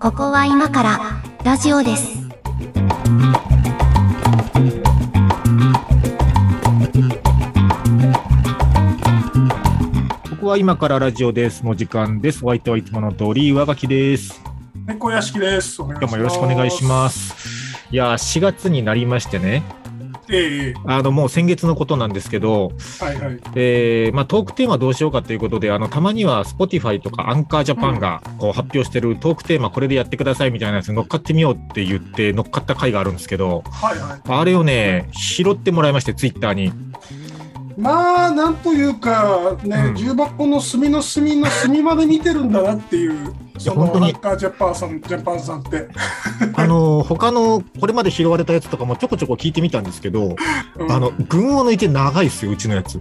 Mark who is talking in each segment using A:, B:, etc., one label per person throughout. A: ここは今からラジオです。
B: 僕は今からラジオです。の時間です。お相手はいつもの通り、上書きです。
C: 猫屋敷です。今。
B: 今日もよろしくお願いしますす。いやー、4月になりましてね、
C: ええ
B: あの、もう先月のことなんですけど、
C: はいはい。
B: えーまあ、トークテーマどうしようかということで、あの、たまには Spotify とか Anchor Japan がこう発表してるトークテーマこれでやってくださいみたいなやつに乗っかってみようって言って乗っかった回があるんですけど、
C: はいはい。
B: あれをね、拾ってもらいまして、Twitter に。
C: まあ、なんというか、
B: う
C: ね
B: ん、
C: 重箱の隅の隅の隅まで見てるんだなっていう、その
B: 本当
C: ハ
B: に
C: ッカージャパンさん、ジャパンさんって。
B: あの、他のこれまで拾われたやつとかもちょこちょこ聞いてみたんですけど、
C: うん
B: あの、群を抜いて長いっすよ、うちのや つ。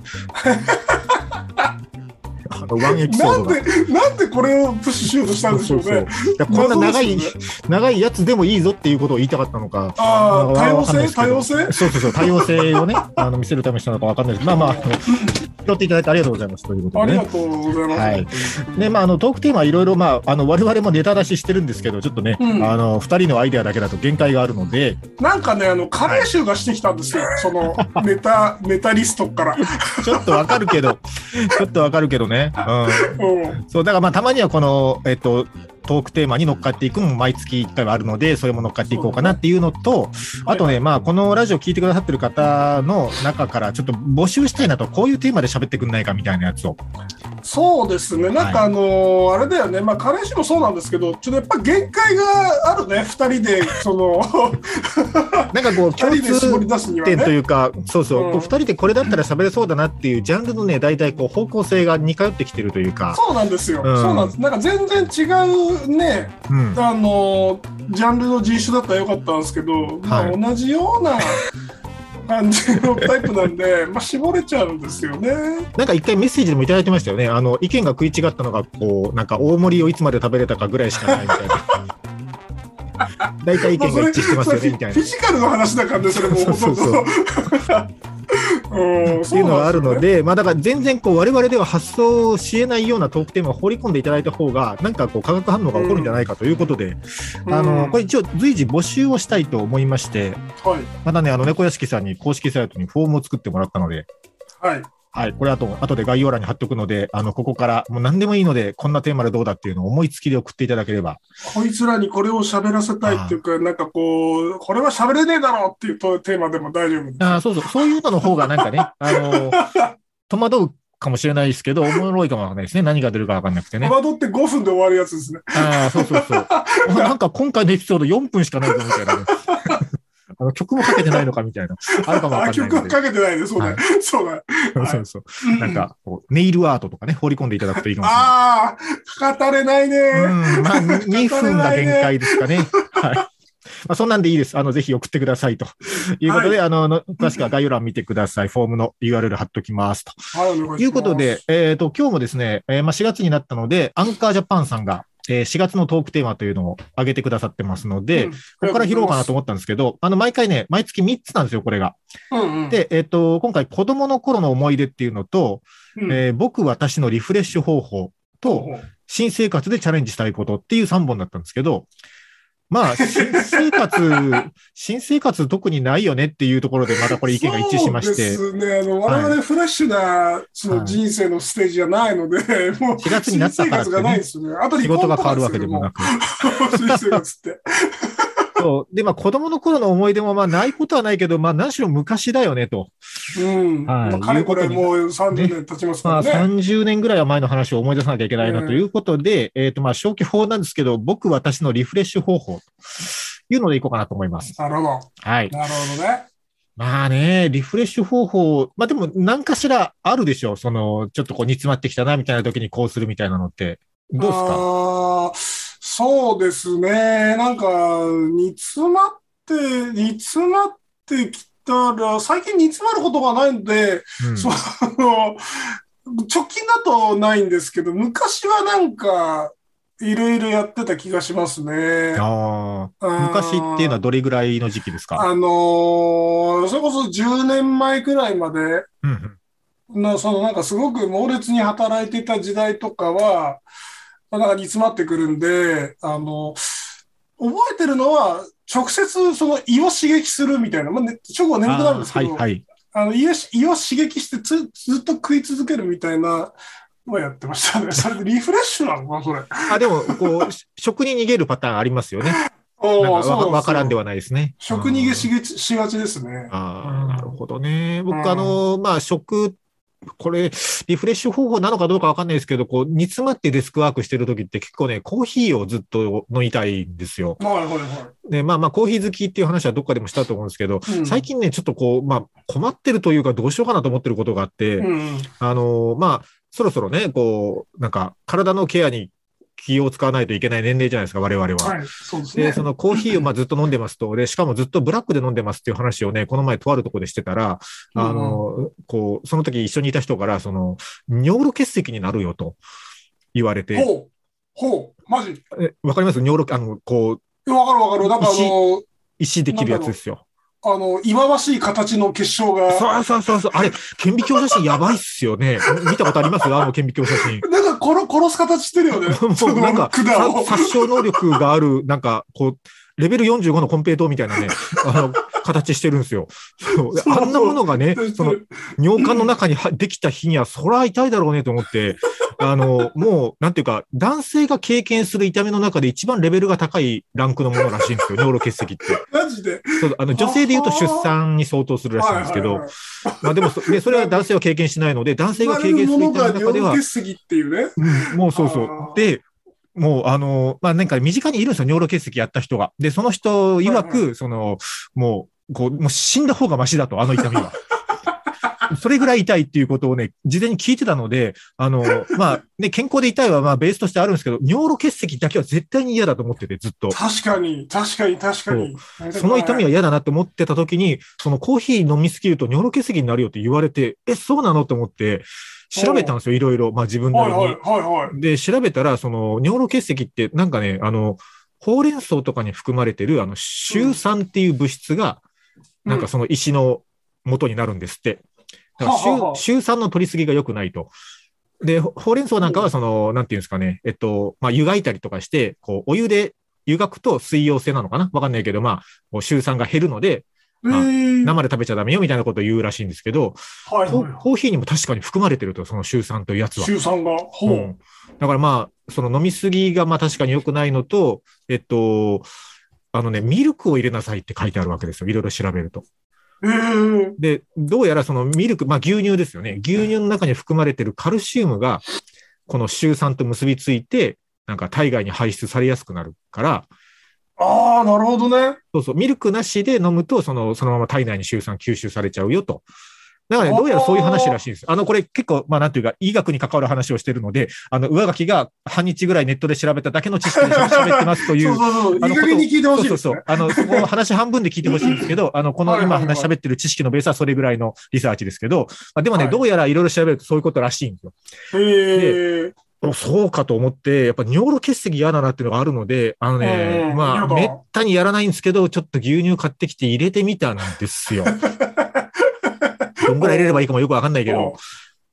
B: あの、ワンエピソ
C: な
B: ード
C: ん
B: が。
C: で、なんでこれをプッシュしようとしたんでしょう
B: そうそう
C: ね。
B: そういやこんな長い、
C: 謎ですよ
B: 長いやつでもいいぞっていうことを言いたかったのか。
C: ああ、
B: わ
C: 多様
B: かんないで
C: 性
B: すけ
C: 多
B: ど
C: 様性
B: そうそうそう、多様性をね、 あの見せるためにしたのかわかんないです。まあまあ、あの拾っていただいてありがとうございますということ
C: あ
B: で
C: りが
B: ね。
C: とうございます。
B: はいで、まあ、あの、トークテーマいろいろ、まあ、あの、我々もネタ出ししてるんですけど、ちょっとね、
C: うん
B: あの、二人のアイデアだけだと限界があるので、
C: なんかね、あの、加齢臭がしてきたんですよ。その、ネタ、ネタリストから。
B: ちょっとわかるけど、ちょっとわかるけどね。うん。
C: うん。
B: そう、だからまあ、たまにはこの、えっと、トークテーマに乗っかっていくのも毎月1回はあるので、それも乗っかっていこうかなっていうのと、あとね、まあ、このラジオ聞いてくださってる方の中から、ちょっと募集したいなと、こういうテーマで喋ってくんないかみたいなやつを。
C: そうですね、なんかあのーあれだよね、まあ、彼氏もそうなんですけど、ちょっとやっぱ限界があるね、2人で、その、
B: なんか こう、共
C: 2人で絞り
B: 通
C: 出すには
B: 点と
C: ね。
B: いうか、そうそう、
C: うん
B: こう2人でこれだったら喋れそうだなっていうジャンルのね、大体こう、方向性が似通ってきてるというか、
C: そうなんですよ、
B: うん
C: そうなんです。なんか全然違うね、
B: うん。
C: あのージャンルの人種だったらよかったんですけど、まあ、
B: はい
C: 同じような感じのタイプな んで、まあ、絞れちゃうんですよね。
B: なんか一回メッセージでもいただいてましたよね。あの、意見が食い違ったのが、こう、なんか大盛りをいつまで食べれたかぐらいしかないみたいな。 大体意
C: まあ
B: 見
C: そ
B: が
C: れ
B: 一致してますよ
C: それ
B: ね、みたいな
C: フィ。ジカルの話だからね、それもうほとんど。
B: そうそう
C: うん
B: っていうのがあるの
C: そうなんすよね
B: で、まあだから全然こう我々では発想しえないようなトークテーマを放り込んでいただいた方が、なんかこう化学反応が起こるんじゃないかということで、
C: うん
B: あの、これ一応随時募集をしたいと思いまして、
C: はい、
B: まだね、あの猫屋敷さんに公式サイトにフォームを作ってもらったので、
C: はい
B: はい、これあと、後で概要欄に貼っておくので、あの、ここからもう何でもいいので、こんなテーマでどうだっていうのを思いつきで送っていただければ、
C: こいつらにこれを喋らせたいっていうか、なんかこう、これは喋れねえだろうっていうとテーマでも大丈夫です。
B: あーそうそう、そういうのの方がなんかね、あの、 戸惑うかもしれないですけど、おもろいかもわかんないですね。何が出るかわかんなくてね。
C: 戸惑って5分で終わるやつですね。
B: ああ、そうそうそう。お前なんか今回のエピソード4分しかないぞみたいなね。 あの曲もかけてないのかみたいな。あるかもわ
C: あ、
B: かんない
C: 曲
B: の
C: は
B: で。
C: かけてないね。そうだ、
B: は
C: そうだ。
B: そうそうそう。なんかこう、ネイルアートとかね、放り込んでいただくといいかもしれない。
C: ああ、語れないね。
B: うん、 まあ、2分が限界ですかね。はい。まあ、そんなんでいいです。あの、ぜひ送ってくださいということで、あの、の詳しくは概要欄見てください。フォームの URL 貼っときますと。
C: はい、お願いします
B: ということで、、えっ、と、今日もですね、えーまあ、4月になったので、アンカージャパンさんが、えー4月のトークテーマというのを上げてくださってますので、
C: うん
B: ここから拾おうかなと
C: 思
B: 思ったんですけど、あの、毎回ね、毎月3つなんですよ、これが。
C: うんうん、
B: で、えっ、と、今回、子供の頃の思い出っていうのと、
C: うん、
B: えー僕、私のリフレッシュ方法と、新生活でチャレンジしたいことっていう3本だったんですけど、ま あ、新生活、新生活特にないよねっていうところで、またこれ意見が一致しまして、
C: そうですね。あの、我々フレッシュな、そ
B: は
C: の
B: い
C: 人生のステージじゃないので、もう、
B: 4月になったからってね
C: 新生活がないですよね。あと
B: 仕事が変わるわけでもな
C: く。
B: く。
C: 新生活って。
B: そう。で、まあ、子供の頃の思い出も、まあ、ないことはないけど、まあ、何しろ昔だよねと。
C: うん。
B: はい
C: まあ、かれこれ
B: いうことに
C: もう30年経ちます
B: ま
C: か
B: あ、
C: らね。
B: 30年ぐらいは前の話を思い出さなきゃいけないなということで、えっ、と、まあ、消去法なんですけど、僕、私のリフレッシュ方法というのでいこうかなと思います。
C: なるほど。
B: はい。
C: なるほどね。
B: まあね、リフレッシュ方法、まあでも、何かしらあるでしょう。その、ちょっとこう煮詰まってきたな、みたいな時にこうするみたいなのって。どうですか
C: あーそうですね。なんか、煮詰まって、煮詰まってきたら、最近煮詰まることがないので、
B: うん
C: その、直近だとないんですけど、昔はなんか、いろいろやってた気がしますね。
B: ああ。
C: うん
B: 昔っていうのはどれぐらいの時期ですか
C: あのーそれこそ10年前くらいまで、
B: うんうん。
C: の、そのなんかすごく猛烈に働いてた時代とかは、なんか煮詰まってくるんで、あの、覚えてるのは、直接その胃を刺激するみたいな、まあね、直後眠くなるんですけ
B: はい
C: ど、
B: はい。
C: あの胃を胃を刺激してずずっと食い続けるみたいな、まあ、やってましたね。 それでリフレッシュなのかな、それ。
B: あ、でも、こう、し 食に逃げるパターンありますよね。
C: お
B: なんかわわからんで
C: は。
B: はないですね。
C: 食逃
B: う
C: げ
B: ん
C: しげちしがちですね。
B: ああ、なるほどね。
C: う
B: 僕、
C: ん
B: あの、まあ、食、これ、リフレッシュ方法なのかどうかわかんないですけど、こう、煮詰まってデスクワークしてる時って結構ね、コーヒーをずっと飲みたいんですよ。
C: はいはいは
B: で、まあまあ、コーヒー好きっていう話はどっかでもしたと思うんですけど、
C: い。うん
B: 最、近ね、ちょっとこう、まあ、困ってるというか、どうしようかなと思ってることがあって、
C: うん、
B: あの、まあ、そろそろね、こう、なんか、体のケアに気を使わないといけない年齢じゃないですか、我々は。
C: はい、そうです
B: で、
C: ね
B: そ。のコーヒーをまあずっと飲んでますと、で、しかもずっとブラックで飲んでますっていう話をね、この前とあるとこでしてたら、あの、こう、その時一緒にいた人から、その、尿路結石になるよと言われて、
C: ほう、ほう、マジ。
B: えわかります尿路、あの、こう、
C: いやわかるわかる。なんかあの、
B: 石できるやつですよ。
C: あの、忌まわしい形の結晶が。
B: そうそうそうそう。あれ、顕微鏡写真やばいっすよね。見たことありますあの顕微鏡写真。
C: なんか殺殺す形してるよね。
B: もうなんか、
C: その管を
B: さ殺傷能力がある、なんか、こう、レベル45のコンペイトーみたいなね、あの、形してるんですよ。そうであんなものがね、その、尿管の中にはできた日には、そら痛いだろうねと思って、あの、もう、なんていうか、男性が経験する痛みの中で一番レベルが高いランクのものらしいんですよ、尿路結石って。
C: マジで。
B: そうあの女性で言うと出産に相当するらしいんですけ
C: はいは
B: ど
C: い、はい
B: まあでもそ、でそれは男性は経験しないので、男性が経験する痛みの
C: 生まれるも
B: 中で
C: の
B: は
C: が、尿血石っていうね。
B: うん、もうそうそ
C: あ
B: う
C: ー。
B: で、もうあの、まあなんか身近にいるんですよ、尿路結石やった人が。で、その人曰く、
C: はい
B: その、もう、こう、もう死んだ方がマシだと、あの痛みは。 それぐらい痛いっていうことをね、事前に聞いてたので、あの、 まあね、健康で痛いはまあベースとしてあるんですけど、尿路結石だけは絶対に嫌だと思ってて、ずっと。
C: 確かに、確かに、確かに。
B: その痛みは嫌だなって思ってた時に、そのコーヒー飲みすぎると尿路結石になるよって言われて、え、そうなのと思って、調べたんですよ、いろいろ。まあ自分な
C: はい
B: り
C: は
B: に
C: い。はいはい。
B: で、調べたら、その、尿路結石って、なんかね、あの、ほうれん草とかに含まれてる、あの、シュウ酸っていう物質が、
C: うん
B: なんかその石の元になるんですって。だからシ
C: はは
B: ュウ、
C: は
B: シュウ酸の取りすぎが良くないと。で、ほほうれん草なんかは、その、なんていうんですかね、えっと、まあ、湯がいたりとかして、こう、お湯で湯がくと水溶性なのかなわかんないけど、まあこう、シュウ酸が減るので、
C: えー
B: 生で食べちゃダメよみたいなことを言うらしいんですけど、
C: はい
B: コ
C: はい
B: コーヒーにも確かに含まれてると、そのシュウ酸というやつは。
C: 周さんが、ほう。
B: うんだからまあ、その飲みすぎがまあ確かに良くないのと、えっと、あのね、ミルクを入れなさいって書いてあるわけですよ。いろいろ調べると。
C: えー
B: で、どうやらそのミルク、まあ牛乳ですよね。牛乳の中に含まれてるカルシウムが、このシュウ酸と結びついて、なんか体外に排出されやすくなるから、
C: ああ、なるほどね。
B: そうそう、ミルクなしで飲むと、その、そのまま体内にシュウ酸吸収されちゃうよと。だからね、どうやらそういう話らしいんです。あの、これ結構、まあなんていうか、医学に関わる話をしてるので、あの、上書きが半日ぐらいネットで調べただけの知識で喋ってますとい
C: そう
B: う。
C: そうそう。いい
B: あの
C: 加減に聞いてほしい
B: そ
C: で
B: う
C: す
B: そう
C: ね
B: そう。。あの、そこを話半分で聞いてほしいんですけ ど、あの、この今話喋ってる知識のベースはそれぐらいのリサーチですけど、まあ、でもね、
C: はい
B: どうやらいろいろ調べるとそういうことらしいんですよ。
C: へえ。
B: おそうかと思って、やっぱ尿路結石嫌だなっていうのがあるので、あの
C: うん
B: ね
C: う、ん
B: ま
C: や
B: あ、
C: だ
B: めったにやらないんですけど、ちょっと牛乳買ってきて入れてみたんです よ。どんぐらい入れればいいかもよくわかんないけ
C: ほう
B: ど、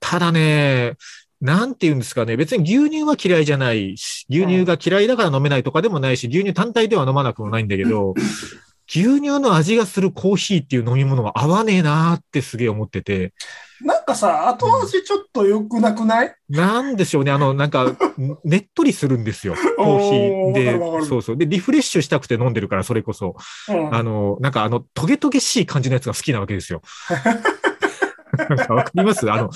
B: ただね、なんて言うんですかね、別に牛乳は嫌いじゃないし、牛乳が嫌いだから飲めないとかでもないし、牛乳単体では飲まなくもないんだけ ど、牛乳の味がするコーヒーっていう飲み物は合わねえなーってすげえ思ってて、
C: なんかさ、後味ちょっと良くなくない
B: なんでしょうね、あの、なんか、ねっとりするんですよ、コーヒー
C: おーわかるわか
B: で。
C: る
B: そうそう。で、リフレッシュしたくて飲んでるから、それこそ。
C: うん
B: あの、なんかあの、トゲトゲしい感じのやつが好きなわけですよ。 なんかわかりますあの、こ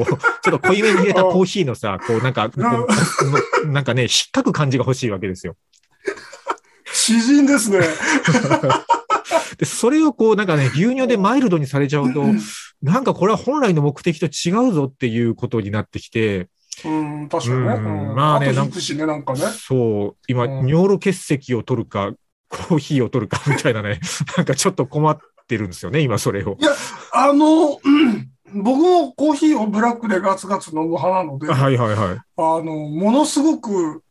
B: う、ちょっと濃いめに入れたコーヒーのさ、こう、なん か、こうなんかね、引っかく感じが欲しいわけですよ。
C: 詩人ですね。
B: で、それをこう、なんかね、牛乳でマイルドにされちゃう と、なんかこれは本来の目的と違うぞっていうことになってきて、
C: うん、確かにね。
B: うん
C: うん
B: まあね
C: 後引くしね、なんかね。
B: そう、今、
C: うん
B: 尿路結石を取るか、コーヒーを取るかみ たいなね、なんかちょっと困ってるんですよね、今それを。
C: あの、うん僕もコーヒーをブラックでガツガツ飲む派なので、あ
B: はいはいはい。
C: の、ものすごく、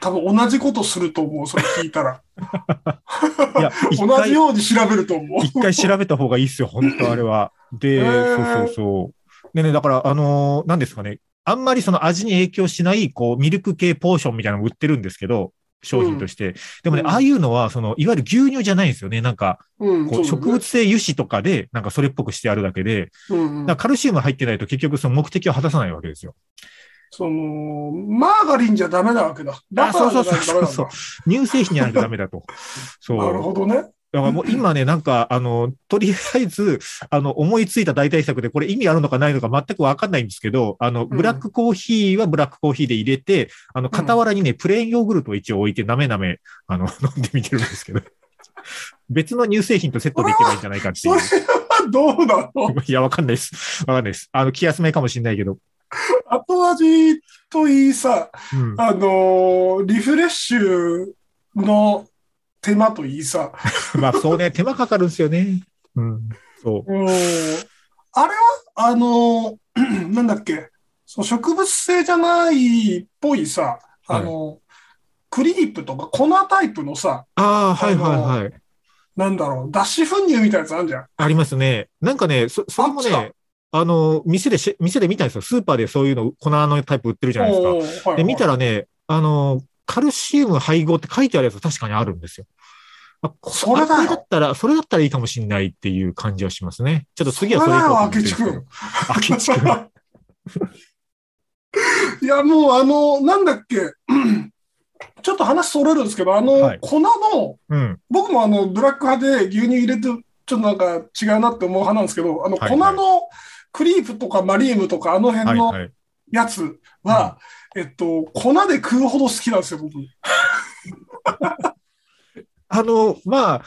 C: 多分同じことすると思う、それ聞いたら。
B: いや、 一
C: 同
B: 回
C: じ、ように調べると思う。
B: 一回調べた方がいいですよ、本当あれは。で、
C: へー
B: そうそうそう。でね、だから、あのー、なんですかね、あんまりその味に影響しない、こう、ミルク系ポーションみたいなの売ってるんですけど、商品として。でもね、
C: うん
B: ああいうのは、その、いわゆる牛乳じゃないんですよね。なんか、
C: うん、
B: こう、
C: そう
B: 植
C: だね
B: 物性油脂とかで、なんかそれっぽくしてあるだけで、
C: うんうん
B: だからカルシウム入ってないと結局その目的を果たさないわけですよ。
C: その、マーガリンじゃダメなわけだ。バターじゃないとダメなんだ
B: そうそう乳製品になるとダメだと。 そう。
C: なるほどね。
B: だからもう今ね、なんか、あの、とりあえず、あの、思いついた代替策で、これ意味あるのかないのか全くわかんないんですけど、あの、ブラックコーヒーはブラックコーヒーで入れて、あの、傍らにね、プレーンヨーグルトを一応置いて、なめなめ、あの、 飲んでみてるんですけど、別の乳製品とセットでいけばいいんじゃないかって
C: そ
B: い
C: れ
B: う。
C: はどうなの
B: いや、わかんないです。わかんないです。あの、気休めかもしれないけど。
C: 後味といいさ、
B: うん。
C: あのーリフレッシュの手間といいさ、
B: まあ、そうね、手間かかるんですよね。うん。そう。
C: うんあれは、あのー なんだっけ、そう植物性じゃないっぽいさ、あのークリープとか粉タイプのさ、
B: ああ、はいはいはい。
C: なんだろう、脱脂粉乳みたいなやつあるじゃん。
B: ありますね。なんかね、そ、それも
C: あ来
B: ね、あの、店でし、店で見たんですよ。スーパーでそういうの、粉のタイプ売ってるじゃないですか。
C: か
B: で、見たらね、あの、カルシウム配合って書いてあるやつ確かにあるんですよ。あこ
C: それだよ
B: あこだったら、それだったらいいかもしれないっていう感じはしますね。ちょっと次はそれ
C: それだよ
B: 行こうと思ってるんですけど
C: 明智
B: 明智君。
C: いや、もうあの、なんだっけ、 ちょっと話それるんですけど、あの、
B: はい
C: 粉の、
B: うん。
C: 僕もあの、ブラック派で牛乳入れて、ちょっとなんか違うなって思う派なんですけど、あの、
B: はい
C: 粉のクリープとかマリームと かあの
B: は
C: 辺
B: い
C: の
B: はい。
C: やつは、えっと、粉で食うほど好きなんですよ、僕。
B: あの、まあ、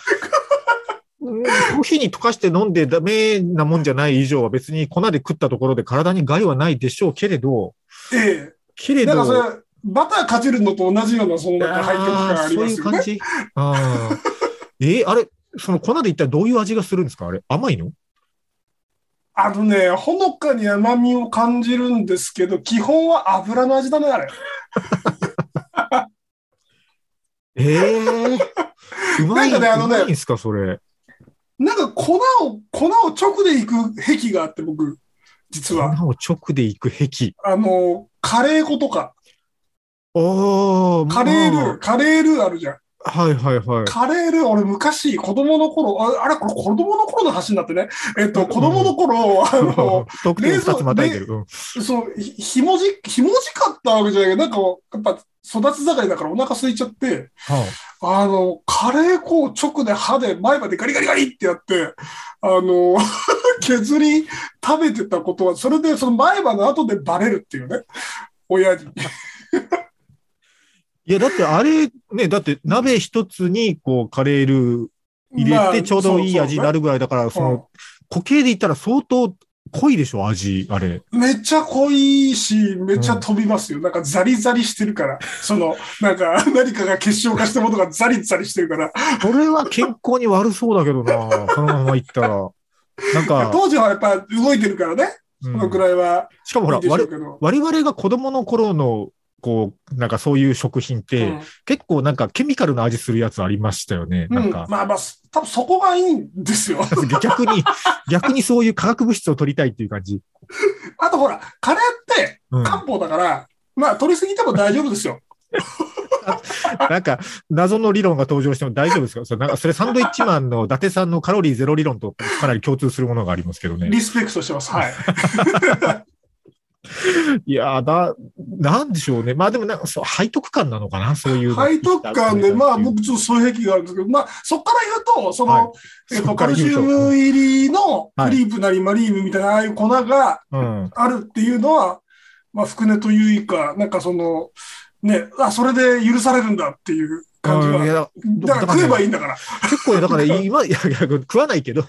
B: うんコーヒーに溶かして飲んでダメなもんじゃない以上は別に粉で食ったところで体に害はないでしょうけれど、
C: え
B: け
C: え
B: れ
C: な
B: ど、
C: んかそれ、バターかじるのと同じような、そのなんか背徳感ありますよ
B: あーそ
C: ね。
B: ういう感じあーえーあれ、その粉で一体どういう味がするんですかあれ、甘いの
C: あのね、ほのかに甘みを感じるんですけど、基本は油の味だね、あれ。
B: えー、うまい、
C: なんかねあの
B: う
C: ね
B: まいんですかそれ。
C: なんか粉を、粉を直で行く癖があって、僕、実は。
B: 粉を直でいく壁。
C: あの、カレー粉とか、
B: ああ、
C: カレール
B: ま
C: ー、カレールーあるじゃん。
B: あはいはいはい。
C: カレールー、俺昔、子供の頃、ああれ、これ子供の頃の話になってね。えっと、子供の頃、あの、
B: 特典2つまたいでる。うん
C: そう、ひひもじ、ひもじかったわけじゃないけど、なんか、やっぱ、育ち盛りだからお腹空いちゃって、
B: は
C: あの、カレー粉を直で歯で前までガリガリガリってやって、あの、 削り食べてたことは、それでその前歯の後でバレるっていうね、親に。
B: いや、だってあれ、ね、だって鍋一つにこうカレールー入
C: ま
B: れ
C: あ
B: てちょうどいい味になるぐらいだから、そ
C: そうそう
B: の固形で言ったら相当濃いでしょ、味、あれ。
C: うんめっちゃ濃いし、めっちゃ飛びますよ。なんかザリザリしてるから、その、なんか何かが結晶化したものがザリザリしてるから、
B: それは健康に悪そうだけどな、 そのまま行ったら。なんか、
C: 当時はやっぱ動いてるからね、
B: う
C: こ
B: ん
C: のくらいは。
B: しかもほ
C: い
B: ら
C: いでしょ
B: 我
C: う、けど。
B: 我々が子供の頃の、こう、なんかそういう食品って、
C: うん
B: 結構なんかケミカルな味するやつありましたよね。
C: う
B: なん
C: ん、
B: か、
C: まあまあ、多分そこがいいんですよ。
B: 逆に、逆にそういう化学物質を取りたいっていう感じ。
C: あとほら、カレーって、
B: うん、
C: 漢方だから、まあ、取りすぎても大丈夫ですよ。
B: なんか、謎の理論が登場しても大丈夫ですかそれなんかそれサンドイッチマンの伊達さんのカロリーゼロ理論とかなり共通するものがありますけどね。
C: リスペクトしてます。はい。
B: いやーだ、なんでしょうね。まあでもなんかそう、背徳感なのかな、そういうの。
C: 背徳感で、まあ、僕、ちょっとそういう癖があるんですけど、まあ、そこから言うと、その、
B: はい
C: えっ
B: そ
C: と、
B: っか
C: カ
B: ら
C: ルシ
B: 言うと
C: ウム入りの
B: はい
C: クリープなりマリームみたいな、ああいう粉が
B: うん。
C: あるっていうのは、まあ、福音というか、なんかその、ね、あ、それで許されるんだっていう感じ
B: うんい
C: は。
B: や
C: だから食えばいいんだから。
B: 結構ね、だ から今、いや、いや食わないけど、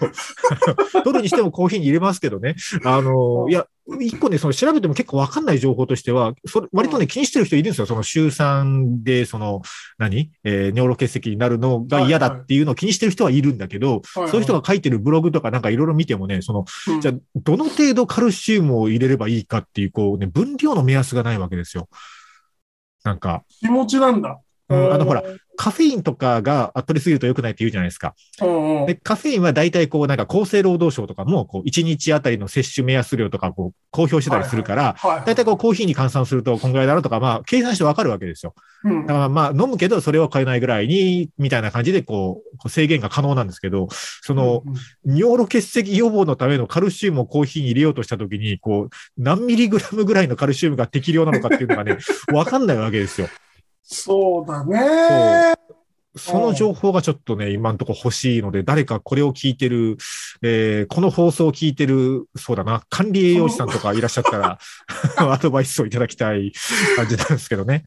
B: 取るにしてもコーヒーに入れますけどね。あの、いや、一個ね、その調べても結構わかんない情報としては、それ割とね、気にしてる人いるんですよ。その週3で、その、何えー、尿路結石になるのが嫌だっていうのを気にしてる人はいるんだけど、
C: はい
B: そういう人が書いてるブログとかなんかいろいろ見てもね、その、
C: うん
B: じゃあどの程度カルシウムを入れればいいかっていう、こうね、分量の目安がないわけですよ。なんか、
C: 気持ちなんだ。
B: うんあのほら、カフェインとかが取りすぎると良くないって言うじゃないですか。
C: うんうん
B: で、カフェインは大体こう、なんか厚生労働省とかも、こう、1日あたりの摂取目安量とか、こう、公表してたりするから、
C: はい
B: 大体こう、コーヒーに換算するとこんぐらいだろうとか、まあ、計算してわかるわけですよ。
C: うん
B: だからまあ、飲むけど、それは買えないぐらいに、みたいな感じで、こう、こう制限が可能なんですけど、その、
C: うん
B: 尿路結石予防のためのカルシウムをコーヒーに入れようとしたときに、こう、何ミリグラムぐらいのカルシウムが適量なのかっていうのがね、わかんないわけですよ。
C: そうだね。
B: その情報がちょっとね、今のところ欲しいので、誰かこれを聞いてる、えーこの放送を聞いてる、そうだな、管理栄養士さんとかいらっしゃった ら、アドバイスをいただきたい感じなんですけどね。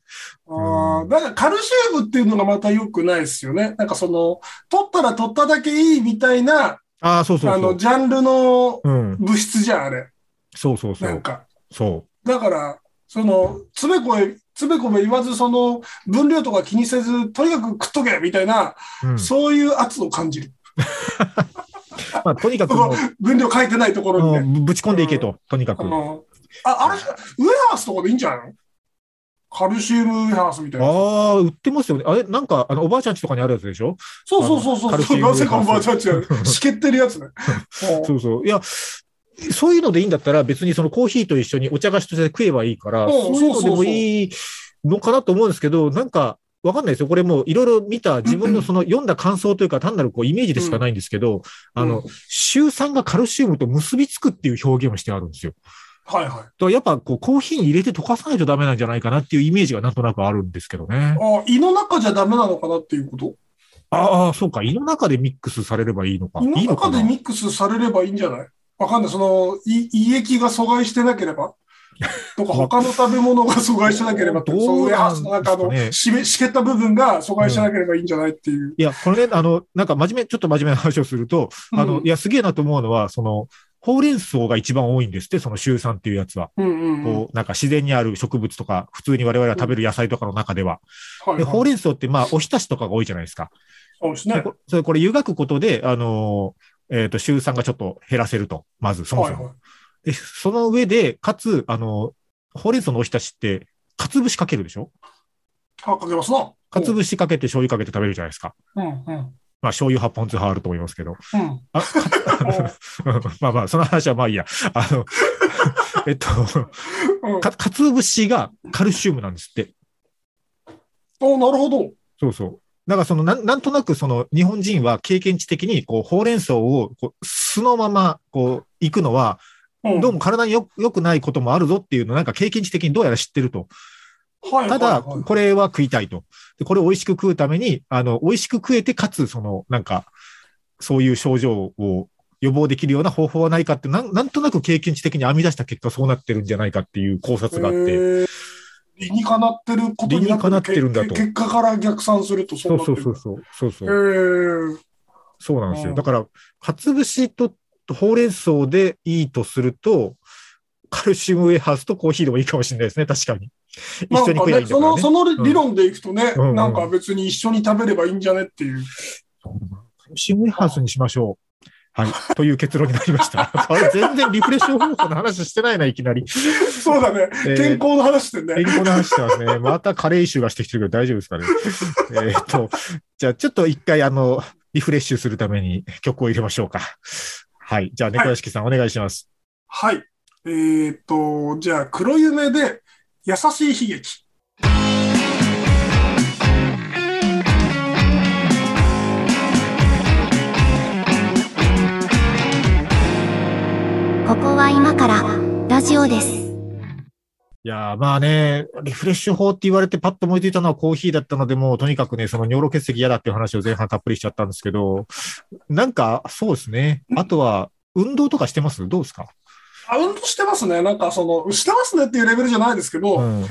C: あーだからカルシウムっていうのがまた良くないですよね。なんかその、取ったら取っただけいいみたいな、
B: ああ、そうそう
C: あ
B: そ
C: の、
B: う。
C: ジャンルの
B: うん。
C: 物質じゃん、あれ。
B: そうそうそ
C: なん
B: う。
C: か。
B: そ
C: だから、その、つべこべ、つべこべ言わず、その、分量とか気にせず、とにかく食っとけみたいな、
B: う。うん。
C: そういう圧を感じる。
B: まあ、とにかく
C: そ
B: も
C: の分量書いてないとこ
B: う、
C: ろにね。
B: うんぶち込んでいけと、とにか
C: あ
B: く。
C: の、あ、あれ、ウェハースとかでいいんじゃないのカルシウムウェハースみたいな。
B: ああ、売ってますよね。あれなんか、あの、おばあちゃんちとかにあるやつでしょ
C: そうそうそう
B: あ
C: そ
B: のカ
C: う。
B: ルシウ
C: そう
B: ムウェハ
C: な
B: ース
C: ぜかおばあちゃんちゃしけってるやつ ね。
B: そ
C: そう
B: そう。いや、そういうのでいいんだったら別にそのコーヒーと一緒にお茶菓子として食えばいいから、
C: うん
B: そういうのでもいいのかなと思うんですけど、なんか、わかんないですよ。これもういろいろ見た自分のその読んだ感想というか単なるこうイメージでしかないんですけど、あの、週酸がカルシウムと結びつくっていう表現をしてあるんですよ。
C: はいはい。
B: だからやっぱこうコーヒーに入れて溶かさないとダメなんじゃないかなっていうイメージがなんとなくあるんですけどね。
C: あ、胃の中じゃダメなのかなっていうこと
B: ああ、そうか。胃の中でミックスされればいいのか。
C: 胃
B: いい
C: の
B: のか
C: 中
B: な
C: でミックスされればいいんじゃないわかんない。その、い胃液が阻害してなければとか、
B: わ
C: 他の食べ物が阻害してなければって、
B: ど
C: そうのウェ
B: な
C: ハ
B: ん
C: ー
B: です
C: ス
B: か
C: の
B: ね
C: 中のしめしけった部分が阻害してなければいいんじゃないっていう。
B: いや、これね、あの、なんか真面目、ちょっと真面目な話をすると、あの、
C: うん
B: いや、すげえなと思うのは、その、ほうれん草が一番多いんですって、その週酸っていうやつは。
C: うんうんうん。
B: こう、なんか自然にある植物とか、普通に我々が食べる野菜とかの中では。
C: はい
B: で、ほう
C: はい。
B: れん草って、まあ、おひたしとかが多いじゃないですか。
C: そうです
B: で
C: ね。
B: こそれ、これ、湯がくことで、あのーえっ、と、週酸がちょっと減らせると。まず、そも
C: は
B: そ
C: い
B: も。
C: は
B: で、
C: い。
B: その上で、かつ、あのーほうれん草のおひたしって、かつぶしかけるでしょ
C: あ、かけますな。
B: かつぶしかけて醤油かけて食べるじゃないですか。
C: うんうん。うん。
B: まあ、醤油8本ずつ派あると思いますけど。 あ、
C: うん
B: うんまあまあ、その話はまあいいや。あの、 えっと、
C: うん
B: か、かつぶしがカルシウムなんですって。
C: お、なるほど。
B: そうそう。だからその、なん、なんとなくその、日本人は経験値的に、こう、ほうれん草を、こう、素のまま、こう、行くのは、
C: うん
B: どうも体によ、良くないこともあるぞっていうのを、なんか経験値的にどうやら知ってると。
C: はいは
B: た
C: いは
B: だ、
C: い
B: これは食いたいと。で、これを美味しく食うために、あの、美味しく食えて、かつ、その、なんか、そういう症状を予防できるような方法はないかって、なんなんとなく経験値的に編み出した結果、そうなってるんじゃないかっていう考察があって。
C: えー理にかなってること
B: 理にかなってるんだと
C: け結果から逆算するとそ
B: そうう
C: なって
B: そうそ
C: る
B: うそう。そうそう。
C: へー
B: そうなんです
C: う
B: よ。
C: ん
B: だから、かつぶしとほうれん草でいいとすると、カルシウムウェハースとコーヒーでもいいかもしれないですね、確かに。一緒に食えばいいんだ
C: そ
B: から
C: の
B: ね。
C: その理論でいくとね、
B: うん
C: なんか別に一緒に食べればいいんじゃねっていう。
B: カルシウムウェハースにしましょう。はい。という結論になりました。あれ全然リフレッシュ方法の話してないな、いきなり。
C: そうだね。
B: えー
C: 健康の話してね。
B: 健康の話してますね。またカレー臭がしてきてるけど大丈夫ですかね。えーっと、じゃあちょっと一回あの、リフレッシュするために曲を入れましょうか。はい。じゃあ猫屋敷さん、お願いします。
C: はい。えーっと、じゃあ、黒夢で優しい悲劇。
A: ここは今からラジオです。
B: いやーまあね、リフレッシュ法って言われてパッと思いついたのはコーヒーだったので、もうとにかくね、その尿路結石嫌だっていう話を前半たっぷりしちゃったんですけど、なんか、そうですね。あとは、運動とかしてますどうですか
C: あ、運動してますね。なんかその、してますねっていうレベルじゃないですけど、
B: うん。うん
C: あ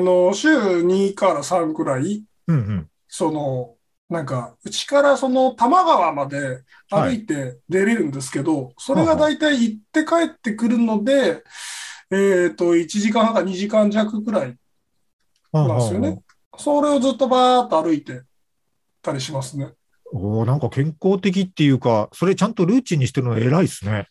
C: の、週2から3くらい、
B: うん。
C: その、なんか、うちからその多摩川まで歩いて出れるんですけど、それが大体行って帰ってくるので、えーっと、1時間半か2時間弱くらいなんですよね。それをずっとバーっと歩いてたりしますね。
B: おおーなんか健康的っていうか、それちゃんとルーチンにしてるの偉いですね。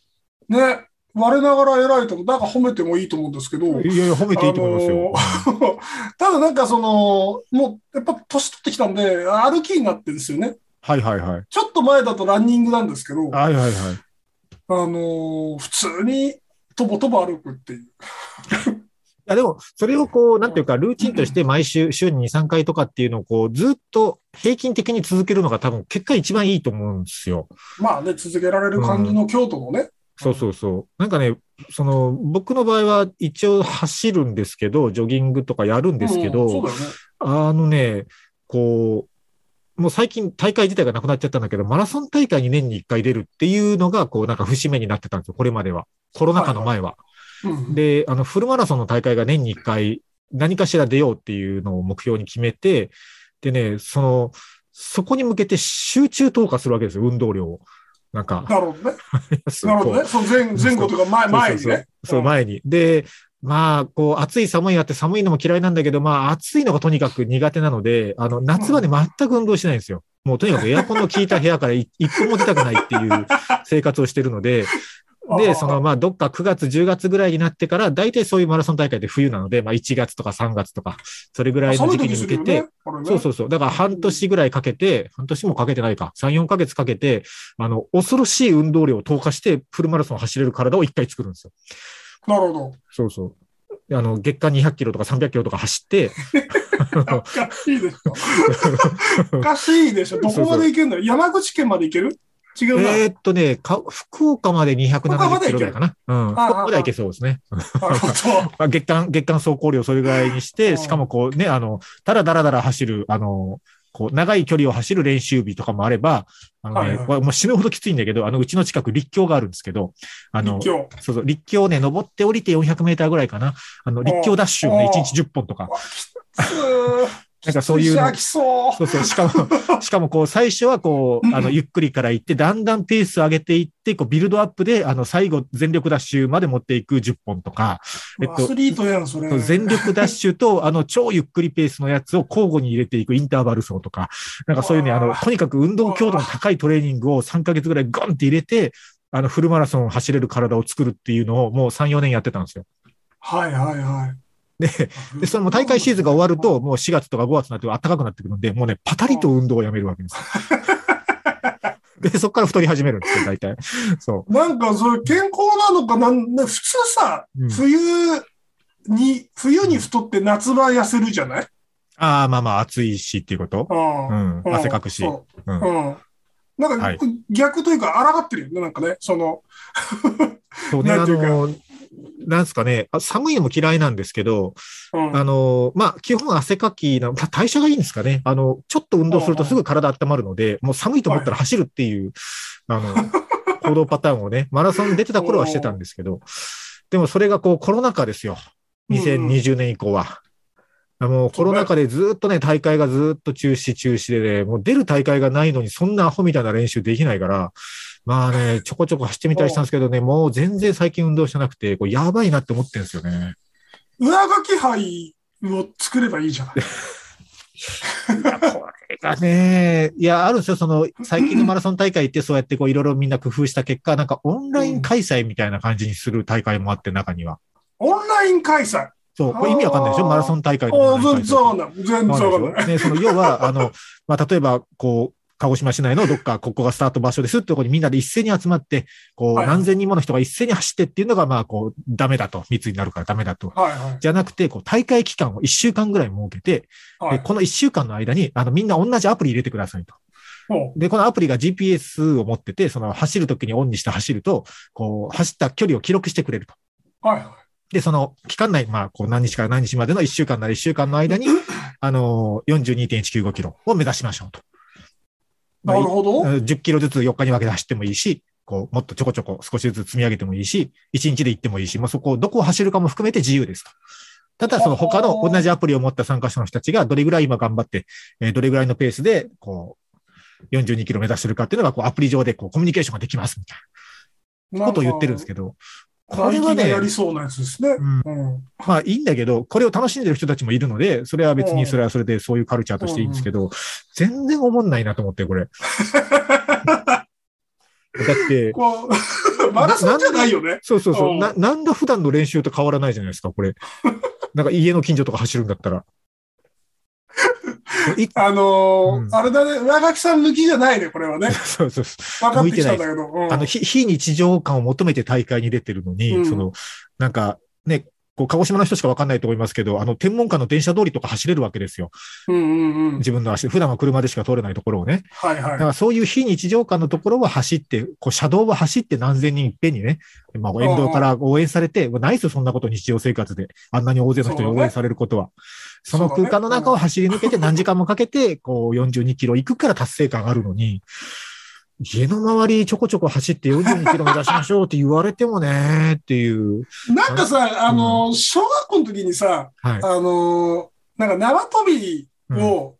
C: ね。我ながら偉いと思う。なんか褒めてもいいと思うんですけど。
B: いやいや、褒めていいと思いますよ。
C: あのー ただなんかその、もうやっぱ年取ってきたんで、歩きになってるんですよね。
B: はいはいはい。
C: ちょっと前だとランニングなんですけど、あ
B: はいはいはい。
C: のー普通にとぼとぼ歩くっていう。
B: いやでも、それをこう、なんていうか、ルーチンとして毎週、週に2、3回とかっていうのをこう、ずっと平均的に続けるのが多分、結果一番いいと思うんですよ。
C: まあね、続けられる感じの京都のね。
B: そうそうそう。なんかね、その、僕の場合は一応走るんですけど、ジョギングとかやるんですけ
C: うんそ
B: ど、
C: うだよね。
B: あのね、こう、もう最近大会自体がなくなっちゃったんだけど、マラソン大会に年に1回出るっていうのが、こう、なんか節目になってたんですよ、これまでは。コロナ禍の前は。
C: うん、
B: で、あの、フルマラソンの大会が年に1回、何かしら出ようっていうのを目標に決めて、でね、その、そこに向けて集中投下するわけですよ、運動量を。なんか、
C: なるほどね。
B: す
C: なるほ
B: こ
C: ど
B: う
C: ね。その前前後とか前前に
B: そうそうそう
C: ね。
B: そう、前に。で、まあ、こう、暑い寒いあって寒いのも嫌いなんだけど、まあ、暑いのがとにかく苦手なので、あの、夏はね、全く運動しないんですよ。もうとにかくエアコンの効いた部屋からい一歩も出たくないって いう生活をしてるので、
C: あ
B: で、
C: ー
B: その、まあ、どっか9月、10月ぐらいになってから、大体そういうマラソン大会で冬なので、まあ、1月とか3月とか、それぐらいの
C: 寒い
B: 時期
C: 時
B: に
C: す
B: 向
C: る
B: けて
C: よね、。これね
B: そうそうそう。だから半年ぐらいかけて、半年もかけてないか、3、4ヶ月かけて、あの、恐ろしい運動量を投下して、フルマラソンを走れる体を1回作るんですよ。
C: なるほど。
B: そうそう。あの、月間200キロとか300キロとか走って、
C: おかし いでしょ。おかしいでしょ。どこまで行けるんだよ。山口県まで行ける違うな。
B: えーっとね、か福岡まで270キロぐらいかな。うん。福
C: ああ
B: 岡まではいけそうですね。
C: なるほど。
B: まあ、月間、月間走行量それぐらいにし
C: う
B: て、
C: ん
B: しかもこうね、あの、だらだらだら走る、あの、こう、長い距離を走る練習日とかもあれば、あのね、
C: はいはい
B: これもう死ぬほどきついんだけど、あの、うちの近く立教があるんですけど、あの、
C: 立教。
B: そうそう、立教をね、登って降りて400メーターぐらいかな。あの、立教ダッシュをね、
C: うん
B: 1日10本とか。
C: な
B: なんかそういうの
C: 飽きそう。
B: そうそう、しかも、しかもこう、最初はこう、あの、ゆっくりから行って、だんだんペース上げていって、こう、ビルドアップで、あの、最後、全力ダッシュまで持っていく10本とか、えっ
C: ア
B: と
C: ス、リートやん、それ。
B: そう全力ダッシュと、あの、超ゆっくりペースのやつを交互に入れていくインターバル走とか、なんかそういうね、
C: う
B: あ
C: わー
B: の、とにかく運動強度の高いトレーニングを3ヶ月ぐらいゴンって入れて、あの、フルマラソンを走れる体を作るっていうのをもう3、4年やってたんですよ。
C: はいはいはい。
B: で、その大会シーズンが終わると、、もう4月とか5月になって暖かくなってくるので、もうね、パタリと運動をやめるわけ ですよ。で、そこから太り始めるんですよ、大体。そ
C: なんかそれ健康なのかなん、ね、普通さ、
B: う。うん、
C: 冬に、冬に太って夏場痩せるじゃない
B: ああ、まあまあ、暑いしっていうこと。
C: うん
B: うん、
C: うん
B: 汗かくし。
C: そう
B: うん
C: うん。なん
B: はい
C: か逆というか、抗ってるよね、なんかね、その、
B: そうね、
C: な
B: あ
C: んていうか
B: の、なんですかね、あ寒いのも嫌いなんですけど、
C: うん
B: あの、まあ、基本汗かきな、まあ代謝がいいんですかね。あの、ちょっと運動するとすぐ体温まるので、もう寒いと思ったら走るっていう、あの、行動パターンを ね、マラソンに出てた頃はしてたんですけど、でもそれがこうコロナ禍ですよ。2020年以降は。もうコロナ禍でずっとね、大会がずっと中止中止でね、もう出る大会がないのにそんなアホみたいな練習できないから、まあね、ちょこちょこ走ってみたりしたんですけどね、もう全然最近運動してなくて、こうやばいなって思ってるんですよね。
C: 上書き杯を作ればいいじゃない。
B: いや、これがね、いや、あるんですよ、その、最近のマラソン大会ってそうやってこういろいろみんな工夫した結果、なんかオンライン開催みたいな感じにする大会もあって、中には。
C: オンライン開催。
B: そう、これ意味わかんないでしょマラソン大会のオ
C: お
B: ンライン開催
C: 全然わかんない。全然わかんない。
B: ね、その要は、あの、まあ、例えば、こう、鹿児島市内のどっか、ここがスタート場所ですってところにみんなで一斉に集まって、こう、
C: はい
B: 何千人もの人が一斉に走ってっていうのが、まあ、こう、ダメだと、密になるからダメだと。
C: はいはい
B: じゃなくて、こう、大会期間を1週間ぐらい設けて、
C: は
B: で
C: い。
B: この1週間の間に、あの、みんな同じアプリ入れてくださいと。
C: お
B: で、このアプリが GPS を持ってて、その、走るときにオンにして走ると、こう、走った距離を記録してくれると。
C: はいはい。
B: で、その期間内、まあ、こう何日から何日までの1週間なら1週間の間に、あの42.195キロを目指しましょうと。ま
C: な
B: あ
C: るほど。
B: い10キロずつ4日に分けて走ってもいいし、こう、もっとちょこちょこ少しずつ積み上げてもいいし、1日で行ってもいいし、もうそこをどこを走るかも含めて自由ですと。ただ、その他の同じアプリを持った参加者の人たちが、どれぐらい今頑張って、えーどれぐらいのペースで、こう、42キロ目指してるかっていうのが、こう、アプリ上でこうコミュニケーションができますみたいなことを言ってるんですけど、こ
C: こ
B: れ
C: れ
B: は
C: は
B: ね、
C: やりそうなやつですね。
B: うん
C: うん。
B: まあいいんだけど、これを楽しんでる人たちもいるので、それは別
C: う
B: に
C: ん
B: それはそれでそういうカルチャーとしていいんですけど、全然思んないなと思って、これ。だって、
C: こう、 マラソンじゃないよね。
B: そうそうそうう。
C: ん
B: な、なんだ普段の練習と変わらないじゃないですか、これ。なんか家の近所とか走るんだった ら。い
C: あのー
B: うん
C: あれだね、上書きさん抜きじゃないね、これはね。
B: そうそうそう。
C: 分かってきたんだけど。うん
B: あの、ひ非日常感を求めて大会に出てるのに、
C: うん
B: その、なんか、ね、こう、鹿児島の人しかわかんないと思いますけど、あの、天文館の電車通りとか走れるわけですよ。
C: うんうんうん。
B: 自分の足で、普段は車でしか通れないところをね。
C: はい
B: だか
C: は
B: らそういう非日常感のところを走って、こう、車道を走って何千人いっぺんにね、まあ、沿道から応援されて、ないですよ、そんなこと日常生活で。あんなに大勢の人に応援されることは。その空間の中を走り抜けて何時間もかけて、こう、42キロ行くから達成感あるのに、家の周りちょこちょこ走って42キロ目指しましょうって言われてもね、っていう。
C: い。なんかさ、あのー小学校の時にさ、
B: はい。
C: あのーなんか縄跳び
B: うん
C: を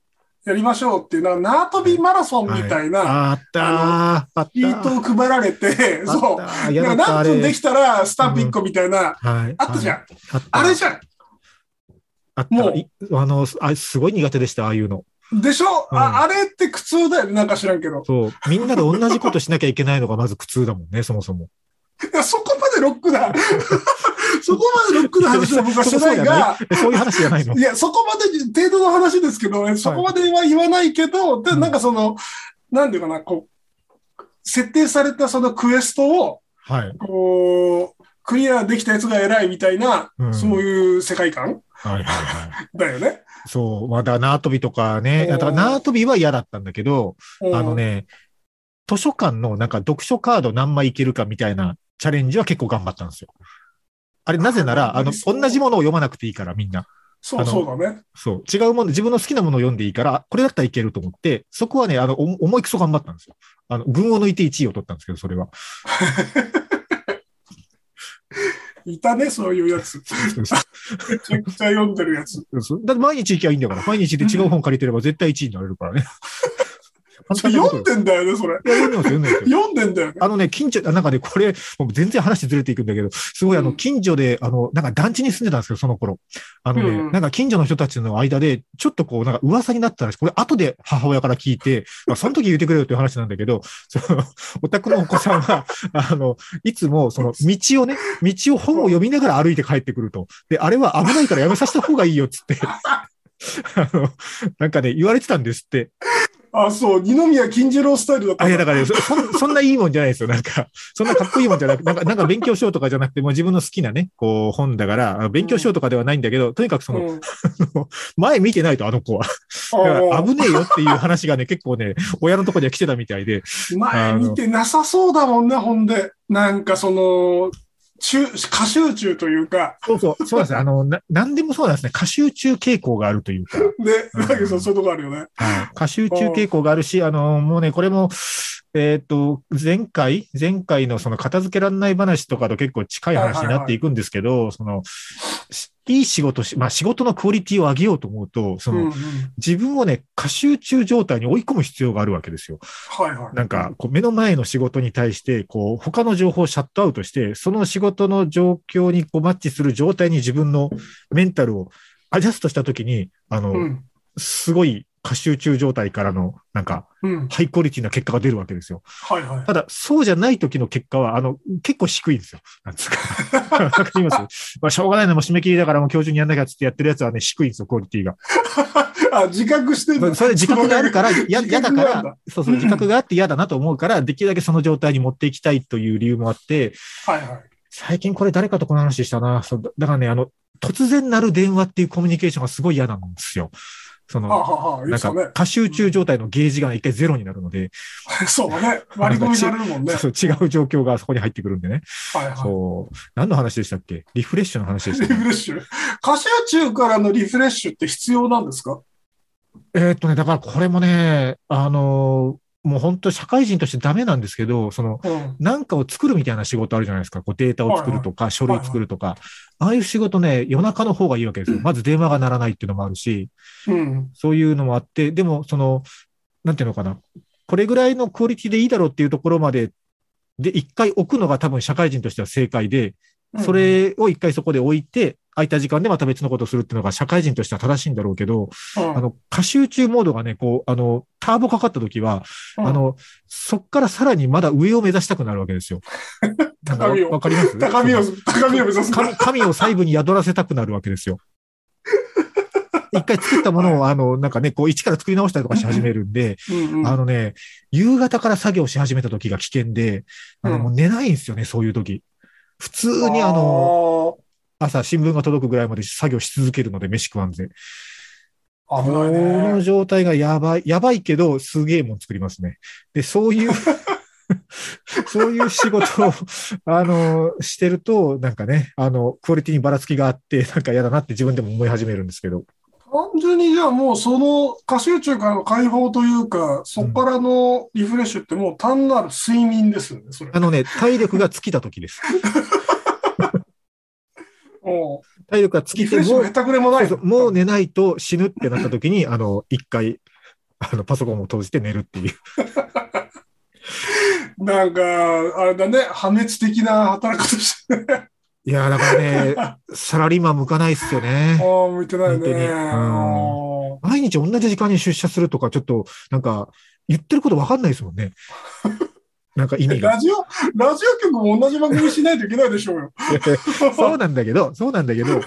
C: やりましょうっていう、なんか縄跳びマラソンみたいな
B: あったー。あった
C: シー
B: ー。
C: トを配られて、
B: あ
C: そう。
B: ったー。嫌だ
C: なん
B: っ
C: か
B: た、あ
C: 何分で
B: れ
C: き。たらスタンプ1個みたいな、
B: はい。
C: あったじ
B: ん。
C: ゃん。
B: あった
C: あれじゃ
B: あった
C: もう
B: いあのあ、すごい苦手でした、ああいうの。
C: ん。でしょ
B: うん
C: ああれって苦痛だよね、なんか知らんけど。
B: そう。みんなで同じことしなきゃいけないのがまず苦痛だもんね、そもそも。
C: いやそこまでロック な、そこまでロックな話は僕は
B: そ
C: して
B: うそ
C: な
B: う
C: い
B: じゃ
C: が、
B: えそういう話じゃないの
C: い。や、そこまで程度の話ですけど、えそこまでは言わないけど、で、
B: うん
C: なんかその、なんていうかな、こう、設定されたそのクエストを、
B: はい。
C: こう、クリアできたやつが偉いみたいな、
B: うん
C: そういう世界観
B: はいはいはい。
C: だよね。
B: そう。まあだ、縄跳びとかね。だから縄跳びは嫌だったんだけど、
C: うん
B: あの。ね、図書館のなんか読書カード何枚いけるかみたいなチャレンジは結構頑張ったんですよ。あれ、なぜなら、あの、
C: そう
B: 同じものを読まなくていいから、みんな。
C: そ
B: あ
C: う
B: の
C: そうだね。
B: そう。違うもの、自分の好きなものを読んでいいから、これだったらいけると思って、そこはね、あの、お思いくそ頑張ったんですよ。あの、群を抜いて1位を取ったんですけど、それは。
C: いたね、そういう やつ。めちゃくちゃ読んでるやつ。
B: そうだって毎日行きゃいいんだから、毎日で違う本借りてれば絶対1位になれるからね。 簡単なこと
C: 読んでんだよね、それ。
B: よいや読んでますよ、読んでますよ。
C: 読んでんだよね。
B: あのね、近所、あなんかね、これ、もう全然話ずれていくんだけど、すごいあ
C: う
B: の、
C: ん
B: 近所で、あの、なんか団地に住んでたんですよ、その頃。あのね、
C: うんうん
B: なんか近所の人たちの間で、ちょっとこう、なんか噂になったらしい。これ、後で母親から聞いて、まあ、その時言ってくれよっていう話なんだけど、その、お宅のお子さんは、あの、いつも、その、道をね、道を本を読みながら歩いて帰ってくると。で、あれは危ないからやめさせた方がいいよ、つって。あの、なんかね、言われてたんですって。
C: あ、そう、二宮金次郎スタイルだった
B: あ、いや、
C: んだ。
B: だからね、そそんそんないいもんじゃないですよ。なんか、そんなかっこいいもんじゃなくなんか、なんか勉強しようとかじゃなくて、もう自分の好きなね、こう、本だから、あの勉強しようとかではないんだけど、とにかくその、
C: うん
B: 前見てないと、あの子は。だか
C: あ
B: ら
C: あ
B: 危ねえよっていう話がね、結構ね、親のとこには来てたみたいで、
C: 前見てなさそうだもんね、ほんで。なんかその、中、過集中というか、
B: そうそう、そうなんですね。あの、な、なんでもそうなんですね。過集中傾向があるというか、
C: ね、
B: うん
C: だけどそういうとこあるよね。
B: はい過集中傾向があるし、あの、もうね、これも、えっ、と、前回、前回のその片付けられない話とかと結構近い話になっていくんですけど、その、しいい仕事し、まあ仕事のクオリティを上げようと思うと、その、
C: うんうん
B: 自分をね、過集中状態に追い込む必要があるわけですよ。
C: はいはい。
B: なんか、こう目の前の仕事に対して、こう、他の情報をシャットアウトして、その仕事の状況にこうマッチする状態に自分のメンタルをアジャストしたときに、あの、
C: うん。
B: すごい過集中状態からの、なんか、
C: うん。
B: ハイクオリティな結果が出るわけですよ。
C: はいはい。
B: ただ、そうじゃない時の結果は、あの、結構低いんですよ。なんつうか。わかります まあ、しょうがないのもう締め切りだからもう今日中にやんなきゃっつってやってるやつはね、低いんですよ、クオリテ ィが。
C: あ、自覚して
B: そ
C: る
B: れそれ自覚があるから、や
C: 自
B: 嫌だか
C: 覚があるんだ
B: ら、そうそう、自覚があって嫌だなと思うから、できるだけその状態に持っていきたいという理由もあって、
C: はいはい。
B: 最近これ誰かとこの話したな。そうだだからね、あの、突然なる電話っていうコミュニケーションがすごい嫌なんですよ。そ
C: はあ
B: の、
C: はあはあ、言
B: な
C: っ
B: ん
C: てた
B: か
C: ね、。
B: 過集中状態のゲージが一回ゼロになるので、
C: そうだね。割り込みされるもんね。
B: そう違う状況がそこに入ってくるんでね。
C: はいは
B: そう。何の話でしたっけリフレッシュの話で
C: い。
B: し
C: リ
B: た、
C: フ
B: ね。
C: レッシュ過集中からのリフレッシュって必要なんですか
B: えーっとね、だからこれもね、あのーもう本当社会人としてダメなんですけど、その、
C: うん。
B: なんかを作るみたいな仕事あるじゃないですか。こうデータを作るとか、書類作るとか。ああいう仕事ね、夜中の方がいいわけですよ。まず電話が鳴らないっていうのもあるし、
C: うん。
B: そういうのもあって、でも、その、なんていうのかな。これぐらいのクオリティでいいだろうっていうところまで、で、一回置くのが多分社会人としては正解で、
C: うん
B: それを一回そこで置いて、空いた時間でまた別のことをするっていうのが社会人としては正しいんだろうけど、
C: うん
B: あの、過集中モードがね、こう、あの、ターボかかった時は、
C: うん
B: あの、そっからさらにまだ上を目指したくなるわけ ですよ。なんかわ
C: 高みを
B: わかります
C: 高みを、高みを目指すから。
B: 神神を細部に宿らせたくなるわけです よ。一回作ったものを、あの、なんかね、こう、一から作り直したりとかし始めるんで、
C: うんうん
B: あのね、夕方から作業し始めた時が危険で、あの
C: うん
B: もう寝ないんですよね、そういう時。普通にあの、朝新聞が届くぐらいまで作業し続けるので、飯食わんぜ。
C: あー危
B: こ
C: ない
B: の
C: ね。
B: 状態がやばい、やばいけど、すげえもん作りますね。で、そう いう、そういう仕事を、あの、してると、なんかね、あの、クオリティにばらつきがあって、なんか嫌だなって自分でも思い始めるんですけど。
C: 単純にじゃあもうその過集中からの解放というか、そこからのリフレッシュってもう単なる睡眠ですよね、それ
B: あ。のね、体力が尽きた時です。
C: もう
B: 体力が尽き
C: リフ
B: て
C: レッシュ
B: も
C: も、下手くれもない。
B: そうそうもう寝ないと死ぬってなった時に、あの、一回、あの、パソコンを閉じて寝るっていう。
C: なんか、あれだね、破滅的な働き方してる。
B: いやー、だからね、 サラリーマン向かないっすよね。
C: ああ、向いてないね。
B: 本毎日同じ時間に出社するとか、ちょっと、なんか、言ってることわかんないですもんね。なんか意味
C: ラ
B: が。
C: ジオ、ラジオ局も同じ番組しないといけないでしょうよ。
B: そうなんだけど、そうなんだけど、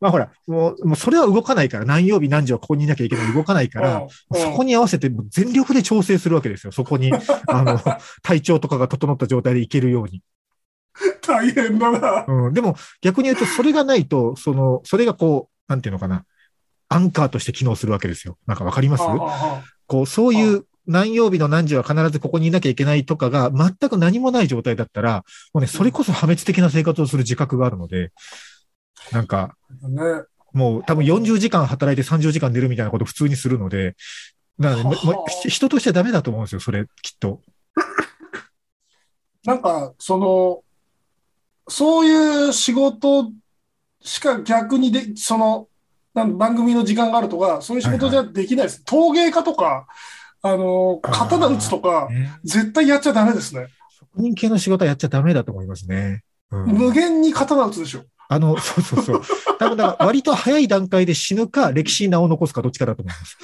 B: まあほら、もう、もうそれは動かないから、何曜日何時はここにいなきゃいけない、動かない から、
C: うん
B: そこに合わせてもう全力で調整するわけですよ。そこに、あの、体調とかが整った状態でいけるように。
C: 大変だな。
B: うん、でも逆に言うと、それがないと、その、それがこう、なんていうのかな、アンカーとして機能するわけですよ。なんかわかります
C: はあはあはあ
B: こう、そういう何曜日の何時は必ずここにいなきゃいけないとかが全く何もない状態だったら、もうね、それこそ破滅的な生活をする自覚があるので、なんか、
C: ね、
B: もう多分40時間働いて30時間寝るみたいなこと普通にするので、なので、
C: はは
B: もう人としてはダメだと思うんですよ、それ、きっと。
C: なんか、その、そういう仕事しか逆にで、その、なん番組の時間があるとか、そういう仕事じゃできないです。陶芸家とか、あの、
B: あー
C: 刀打つとか、
B: ね
C: 絶対やっちゃダメですね。
B: 職人系の仕事はやっちゃダメだと思いますね。うん
C: 無限に刀打つでしょ。
B: あの、そうそうそう。多分だから割と早い段階で死ぬか、歴史に名を残すか、どっちかだと思います。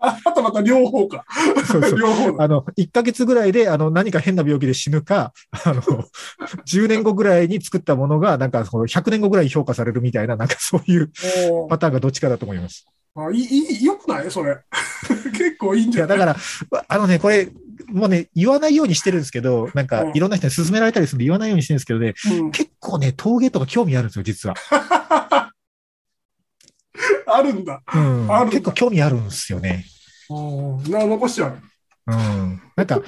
C: ああとまた両方か。
B: そうそう。
C: 両方だ。
B: あの、1ヶ月ぐらいで、あの、何か変な病気で死ぬか、あの、10年後ぐらいに作ったものが、なんか、その100年後ぐらいに評価されるみたいな、なんかそういう
C: おー
B: パターンがどっちかだと思います。
C: あいい、いい、よくないそれ。 結構いいん
B: い
C: じゃ
B: や、
C: ない
B: だから、あのね、これ、もうね、言わないようにしてるんですけど、なんか
C: う、ん
B: いろんな人に勧められたりするんで言わないようにしてるんですけどね、
C: うん
B: 結構ね、陶芸とか興味あるんですよ、実は。
C: あるんだ。
B: うん
C: あるんだ
B: 結構興味あるんですよね。
C: な残しちゃう。
B: うんなんか、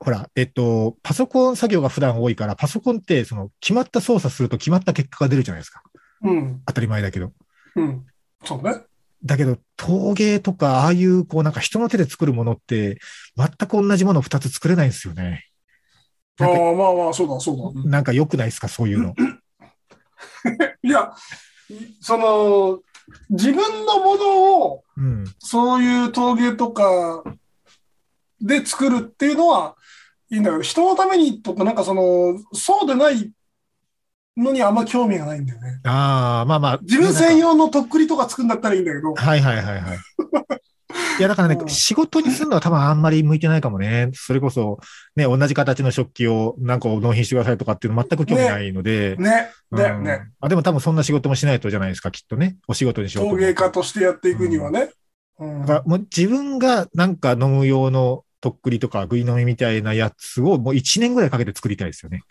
B: ほら、えっと、パソコン作業が普段多いから、パソコンって、その、決まった操作すると決まった結果が出るじゃないですか。
C: うん。
B: 当たり前だけど。
C: うん。そうね。
B: だけど、陶芸とか、ああいう、こう、なんか人の手で作るものって、全く同じものを2つ作れないんですよね。
C: あ
B: なんか
C: あ、まあまあ、そうだ、そうだ。
B: なんか良くないですか、そういうの。
C: いや、その、自分のものを、
B: うん。
C: そういう陶芸とかで作るっていうのは、いいんだけど、人のためにとか、なんかその、そうでないのにあんま興味がないんだよね。
B: ああ、まあまあ。
C: 自分専
B: 用。
C: 用のとっくりとか作るんだったらいいんだけど、
B: はいはいはいはい。いや、だからね、
C: うん
B: 仕事にするのは多分あんまり向いてないかもね。それこそ、ね、同じ形の食器を何個納品してくださいとかっていうの全く興味ないので。
C: ね、だよ
B: う
C: ね。
B: んあでも多分そんな仕事もしないとじゃないですか、きっとね。お仕事にしようと
C: 陶
B: 思うと
C: 芸家としてやっていくにはね。うん
B: だからもう自分がなんか飲む用のとっくりとかぐい飲みみたいなやつをもう1年ぐらいかけて作りたいですよね。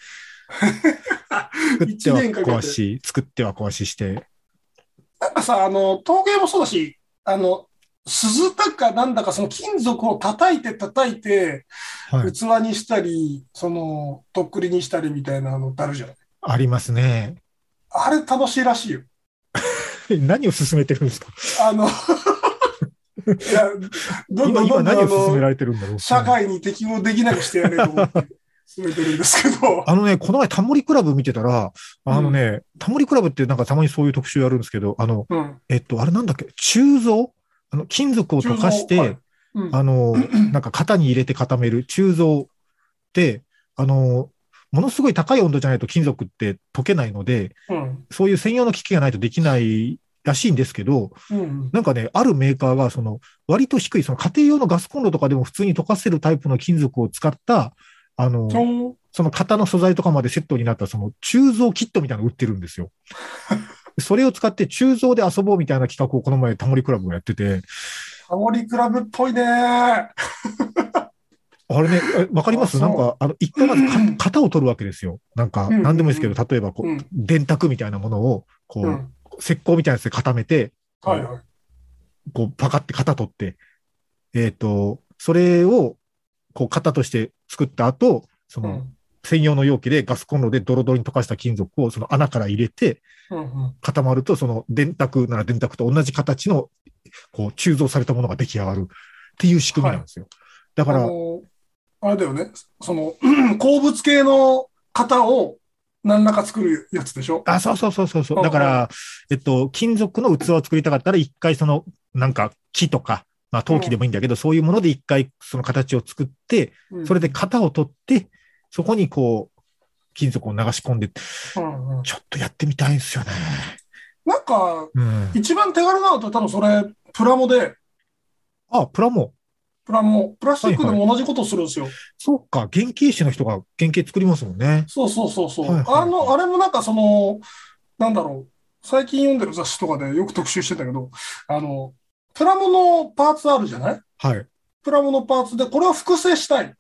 B: 作っては
C: 一年かけて
B: 壊し、作っては壊しして。
C: なんかさ、あの、陶芸もそうだし、あの、鈴だかなんだか、その金属を叩いて叩いて、
B: はい、
C: 器にしたり、その、とっくりにしたりみたいなのってあるじゃん。
B: ありますね。
C: あれ楽しいらしいよ。
B: 何を進めてるんですか
C: あ の、いや、どんど
B: 今今
C: んどんどん
B: 何
C: あ
B: を進め
C: の、
B: られてるんだろう
C: 社会に適応できなくしてやれと思って進めてるんですけ ど、
B: あのね、この前タモリクラブ見てたら、あのね、タモリクラブってなんかたまにそういう特集やるんですけど、あの、
C: うん。
B: えっと、あれなんだっけ、鋳造あの、金属を溶かして、
C: 鋳造はいうん
B: あの、なんか型に入れて固める鋳造って、あの、ものすごい高い温度じゃないと金属って溶けないので、
C: うん。
B: そういう専用の機器がないとできないらしいんですけど、
C: うん。
B: なんかね、あるメーカーが、その、割と低い、その家庭用のガスコンロとかでも普通に溶かせるタイプの金属を使った、あの
C: ち、ょん。
B: その型の素材とかまでセットになった、その、鋳造キットみたいなの売ってるん ですよ。それを使って鋳造で遊ぼうみたいな企画をこの前、タモリクラブがやってて、
C: ハモリクラブっぽいねー。
B: あれね、えわかります
C: あ
B: なん
C: そう
B: か、あの、一回まずか
C: うん
B: 型を取るわけですよ。なんか、
C: うんうん
B: なんでもいいですけど、例えば、こ
C: う
B: う、
C: ん。
B: 電卓みたいなものを、こ
C: う
B: う、
C: ん。
B: 石膏みたいなやつで固めて、
C: はいはい。
B: こう、パカって型取って、えっ、と、それを、こう、型として作った後、そうの、
C: ん。
B: 専用の容器でガスコンロでドロドロに溶かした金属を、その穴から入れて、
C: うん。
B: 固まると、その、電卓なら電卓と同じ形の、こう、鋳造されたものが出来上がるっていう仕組みなんですよ。だか
C: あ
B: ら、
C: のあれだよね。その、 鉱物系の型を何らか作るやつでしょ
B: あ、そうそうそうそうそうう。
C: ん
B: だから、えっと、金属の器を作りたかったら、一回その、なんか木とか、まあ陶器でもいいんだけど、そういうもので一回その形を作って、それで、型を取って、そこにこう、金属を流し込んで、
C: うんうん
B: ちょっとやってみたいんですよね。
C: なんか、
B: うん。
C: 一番手軽なのと多分それ、プラモで、
B: あ、プラモ。
C: プラモ、プラスチックでも同じことするんですよ。
B: そうか、原型師の人が原型作りますもんね。
C: そうそうそうそう。
B: はいはいはい
C: あの、あれもなんかその、なんだろう。最近読んでる雑誌とかでよく特集してたけど、あの、プラモのパーツあるじゃない
B: はい。
C: プラモのパーツで、これを複製したい。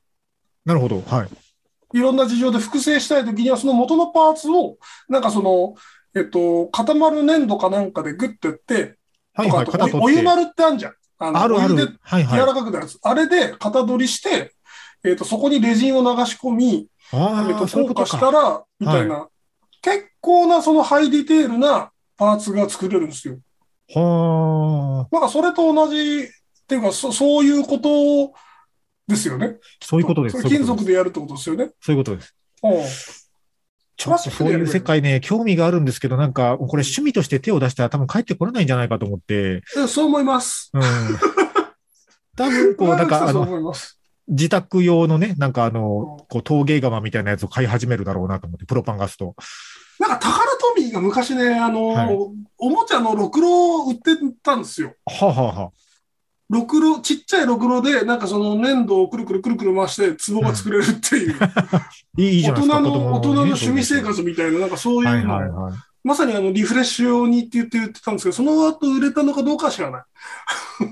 B: なるほど。はい。
C: いろんな事情で複製したいときには、その元のパーツを、なんかその、えっと、固まる粘土かなんかでグッとやって、
B: はいはい。
C: とかあ
B: 型取
C: とおお
B: って
C: 湯。丸ってあるじゃん。あの
B: あるあ
C: お湯で
B: る。はい
C: 柔
B: はい。
C: らかくなるやつ。あれで型取りして、えっと、そこにレジンを流し込み、
B: あ
C: えっ
B: あ、
C: と、
B: そういう
C: 硬
B: こと
C: 化した
B: か。
C: ら、みたいな、結構なそのハイディテールなパーツが作れるんですよ。
B: はあ、
C: なんかそれと同じ、っていうか、そそういうことですよね。
B: そういうことです。
C: そ
B: そ
C: れ
B: ういう
C: 金
B: こと
C: 属
B: です
C: でやるってことですよね。
B: そういうことです。
C: うん。
B: ちょっとそういう世界ね、興味があるんですけど、なんか、これ趣味として手を出したら多分帰ってこれないんじゃないかと思って、
C: でそう思います。
B: うん。多分、こう、なんか、あ
C: そう
B: の、
C: 思います。
B: 自宅用のね、なんかあ
C: うん
B: の、こう、陶芸窯みたいなやつを買い始めるだろうなと思って、プロパンガスと。
C: なんか、タカラトミーが昔ね、あの、
B: はい
C: おもちゃのろくろを売ってたんですよ。
B: はあ、はあは
C: ろくろ、ちっちゃいろくろで、なんかその粘土をくるくるくるくる回して、壺が作れるっていう、
B: あ、いいいいじゃ
C: 大
B: ないですか、
C: 人
B: 子供
C: の、大人の
B: ね
C: 趣味生。活みたいな、なんかそう
B: はいいう
C: のを
B: はいはい。
C: まさにあのリフレッシュ用にって言って言ってたんですけど、その後売れたのかどうかは知らない。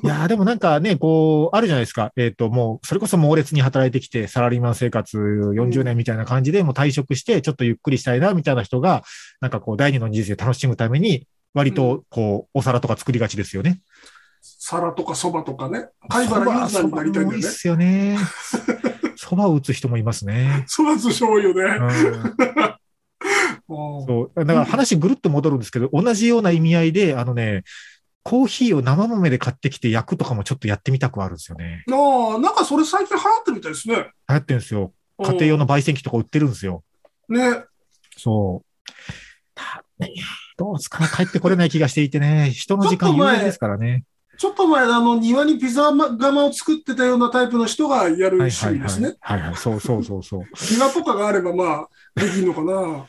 B: いやーでもなんかね、こう、あるじゃないですか。えっ、と、もう、それこそ猛烈に働いてきて、サラリーマン生活40年みたいな感じで、もう退職して、ちょっとゆっくりしたいな、みたいな人が、なんかこう、第二の人生楽しむために、割と、こう、お皿とか作りがちですよね。
C: 皿とかそばとかね。貝原雄
B: そ
C: 山に
B: ば
C: な
B: そば
C: りたいん
B: も
C: だ
B: いいっ
C: よね。
B: すよ ね。そばを打つ人もいますね。
C: そばずしょうよ
B: う
C: ね。
B: ん、
C: うん
B: そう。だから話ぐるっと戻るんですけど、同じような意味合いで、あのね、コーヒーを生豆で買ってきて焼くとかもちょっとやってみたくはあるんですよね。
C: ああ、なんかそれ最近流行ってるみたいですね。
B: 流行ってるんですよ。家庭用の焙煎機とか売ってるんですよ。
C: 用。ね。
B: そう。たどうですかね帰ってこれない気がしていてね。人の時間
C: ちょっ
B: 有
C: と前
B: 限ですからね。
C: ちょっと前、あの、庭にピザ窯を作ってたようなタイプの人がやる
B: はい
C: 趣
B: はい
C: 味で
B: は
C: す
B: い
C: ね。。
B: はいはい。そうそうそうそう。
C: 庭とかがあれば、まあ、できるのかな。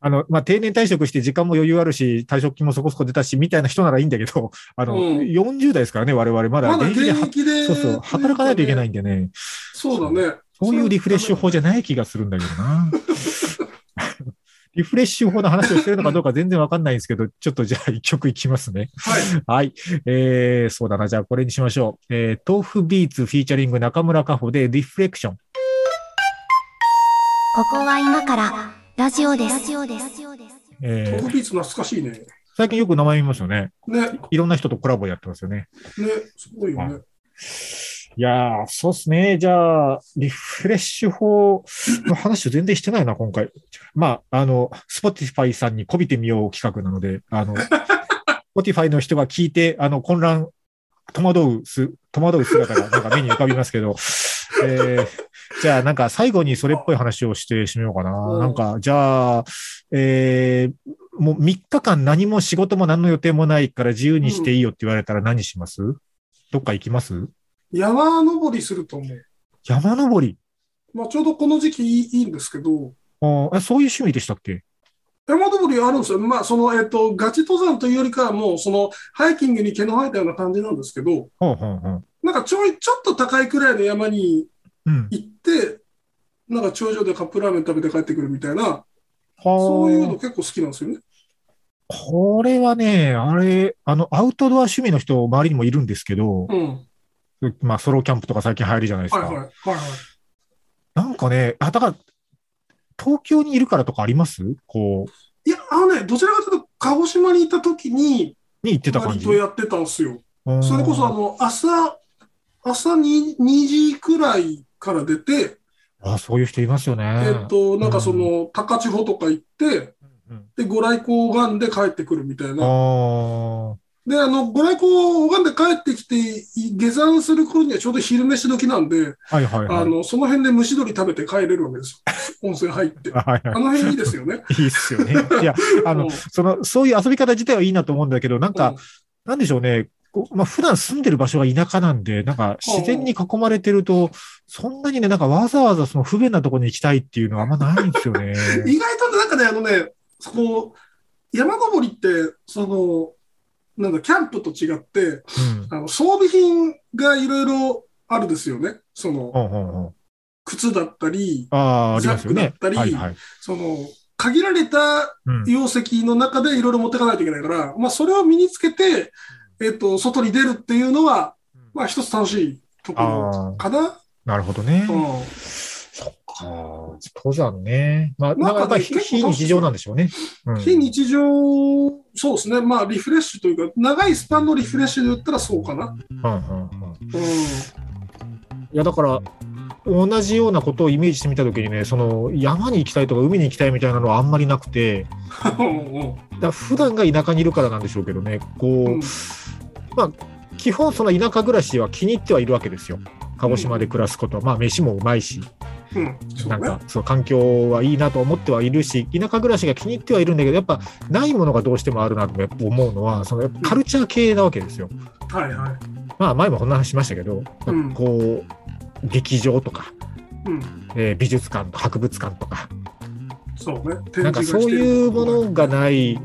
B: あの、まあ、定年退職して時間も余裕あるし、退職金もそこそこ出たし、みたいな人ならいいんだけど、あの、
C: うん
B: 40代ですからね、我々。まだ
C: まだ
B: 現役
C: 現
B: では
C: 役で。。
B: そうそう、働かないといけないいんでね。
C: そうだね。
B: そういうリフレッシュ法じゃない気がするんだけど な。リフレッシュ法の話をしてるのかどうか全然わかんないんですけど、ちょっとじゃあ一曲いきますね。
C: は
B: は
C: い。
B: い。えー、そうだな。じゃあこれにしましょう。えー、豆腐ビーツフィーチャリング中村佳穂でリフレクション。
A: ここは今からラジオです。ラジオです。
B: え
C: ト
B: ー
C: ークビーツ懐かしいね。
B: 最近よく名前見ますよね。
C: ね。
B: いろんな人とコラボやってますよね。
C: ね。すごいよね。
B: いやー、そうっすね。じゃあ、リフレッシュ法の話を全然してないな、今回。まあ、あの、Spotify さんにこびてみよう企画なので、あ の、Spotify の人が聞いて、あの、混乱、戸惑うす、戸惑う姿がなんか目に浮かびますけど、えー、じゃあ、なんか最後にそれっぽい話をしてしめようか
C: う
B: な。
C: ん
B: なんか、じゃあ、えー、もう3日間何も仕事も何の予定もないから自由にしていいよって言われたら何します、どっか行きます
C: 山登りすると思う。
B: 山登り。
C: まあ、ちょうどこの時期いいいいんですけど、
B: あーえそういう趣味でしたっけ
C: 山登りはあるんですよ。まあ、その、えっと、ガチ登山というよりかは、もう、その、ハイキングに毛の生えたような感じなんですけど、
B: ほうほうほう。
C: なんかちょい、ちょっと高いくらいの山に
B: うん。
C: 行って、なんか頂上でカップラーメン食べて帰ってくるみたいな、
B: そ
C: そういうの結構好きなんですよね。
B: これはね、あれ、あの、アウトドア趣味の人、周りにもいるんですけど、
C: うん。
B: まあ、ソロキャンプとか最近流行るじゃないです
C: は
B: か。
C: いはい。はいはい。
B: なんかね、あ、だから、東京にいるからとかありますこう、
C: いや、あのね、どちらかというと、鹿児島にいた時に、
B: に行ってた感
C: 割
B: じ。
C: とやってたんですよ。
B: うん
C: それこそ、あの、朝、朝に2時くらいから出て、
B: あ、そういう人いますよね。
C: えっと、なんかその、高千穂とか行って、
B: うん
C: で、ご来光を拝んで帰ってくるみたいな。
B: あ
C: で、あの、ご来光を拝んで帰ってきて、い下山する頃にはちょうど昼飯時なんで、
B: あ、はいはい
C: あ
B: はい。
C: の、その辺で蒸し鶏食べて帰れるわけです よ。温泉入って。
B: はい
C: あ
B: は
C: の辺いいですよね。
B: い。いいっすよね。いや、あ
C: う
B: の
C: ん、
B: その、そういう遊び方自体はいいなと思うんだけど、なんか、なんでしょうね。こうまあ、普段住んでる場所が田舎なんで、なんか自然に囲まれてると、そんなにね、なんかわざわざその不便なところに行きたいっていうのはあんまないんですよ ね。
C: うん意外とねなんかね、あのね、その、山登りって、その、なんだ、キャンプと違って、
B: うん。
C: あの装備品がいろいろあるですよね。その、
B: ほうほうほう
C: 靴だったり、
B: ああ、ありますよね。
C: ジャックだったり
B: はいはい。
C: その、限られた
B: うん。
C: 容石の中でいろいろ持ってかないといけないから、まあ、それを身につけて、えっと、外に出るっていうのは、まあ、一つ楽しいところかな。
B: なるほどね。
C: うん、
B: そっか。登山ね。まあ、な
C: な
B: んんか
C: かね
B: やっぱり
C: 結構
B: 非日常なんでしょうね。うん
C: 非日常、そうですね、まあ、リフレッシュというか、長いスパンのリフレッシュで言ったらそうか
B: う
C: な。
B: んうんうん。
C: うん、
B: いやだから同じようなことをイメージしてみた時にねその山に行きたいとか海に行きたいみたいなのはあんまりなくて
C: うん
B: だから普段が田舎にいるからなんでしょうけどねこう、
C: うん
B: 基本その田舎暮らしは気に入ってはいるわけですよ鹿児島で暮らすことは、まあ飯もうまいし
C: うん、そ
B: な
C: うんね
B: か。そう環境はいいなと思ってはいるし田舎暮らしが気に入ってはいるんだけどやっぱないものがどうしてもあるなとやっぱ思うのはそのやっぱカルチャー系なわけですよ。
C: はいはい。
B: まあ前もこんな話しましたけど、
C: うん
B: こう劇場とか、
C: うん、
B: えー美術館とか博物館とか
C: そうね。
B: なんかそういうものがない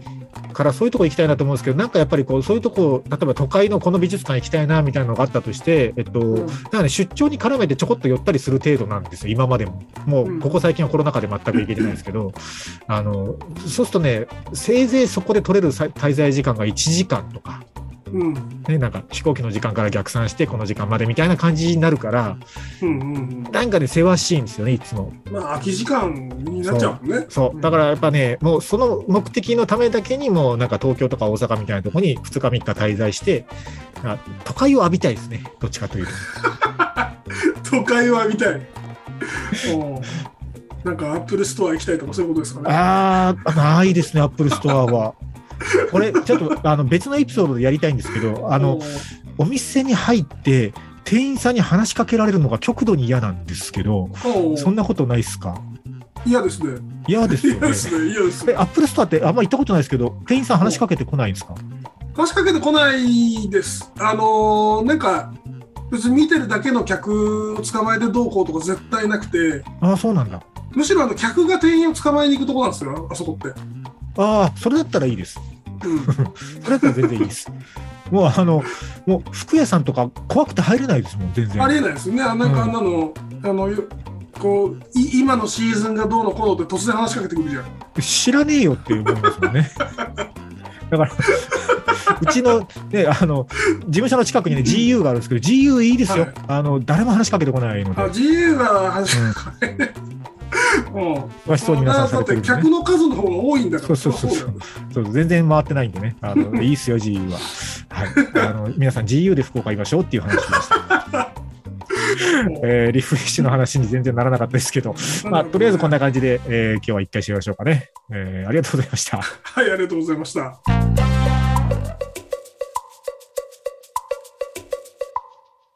B: からそういうとこ行きたいなと思うんですけどなんかやっぱりこうそういうとこ例えば都会のこの美術館行きたいなみたいなのがあったとして、えっと
C: う
B: だ
C: ん
B: からね、出張に絡めてちょこっと寄ったりする程度なんですよ今までもも
C: うん
B: うここ最近はコロナ禍で全く行けてないですけ ど、あのそうするとねせいぜいそこで取れるさ滞在時間が1時間とか。
C: うん、
B: ね、なんか飛行機の時間から逆算してこの時間までみたいな感じになるから
C: うん、うん、
B: なんかねせわしいんですよねいつも
C: うん。まあ、空き時間になっちゃうもんね。
B: そううんだからやっぱね、もうその目的のためだけにもうなんか東京とか大阪みたいなとこに2日3日滞在してあ都会を浴びたいですねどっちかというと
C: 都会はみたい。うんなんか、アップルストア行きたいとか、そういうことですかね。
B: ああないですねアップルストアはこれちょっとあの別のエピソードでやりたいんですけどあ
C: うん
B: の、お店に入って店員さんに話しかけられるのが極度に嫌なんですけどそんなことないですか
C: 嫌ですね。
B: 嫌ですよ
C: 嫌
B: ね
C: ですね。嫌ですね
B: えアップルストアってあんま行ったことないですけど店員さん話しかけてこないんですか
C: 話しかけてこないです。あのーなんか、別に見てるだけの客を捕まえてどうこうとか絶対なくて、
B: ああそうなんだ
C: むしろあの客が店員を捕まえに行くとこなんですよ、あそこって。
B: ああそれだったらいいです
C: うん、
B: それだったら全然いいです。もうあの、もう服屋さんとか怖くて入れないですもん、全然。
C: ありえないですよね、あなんかあ
B: うん
C: んなの、あのよこうい今のシーズンがどうのこうのって突然話しかけてくるじゃん。
B: 知らねえよって思いますもんね。だから、うちの,、ね、あの事務所の近くに、ね、GU があるんですけど、GU いいですよ、
C: はい
B: あの、誰も話しかけてこないので、
C: あ
B: う
C: GA が話し
B: ん、
C: うん
B: 詳しそうに皆さんさ
C: だ
B: れ
C: ってて
B: るんで、
C: 客
B: ね
C: の数の方が多いんだか
B: そ
C: ら、
B: うそうそう
C: りゃ
B: そう
C: だよ
B: そう、全然回ってないんでね、あのいいっすよ、GU は、はいあの。皆さん、GU で福岡行きましょうっていう話でした、
C: うん
B: えーリフレッシュの話に全然ならなかったですけど、まあ、とりあえずこんな感じで、えー今日は一回締めましょうかね、えーありがとうございました。
C: はい、ありがとうございました。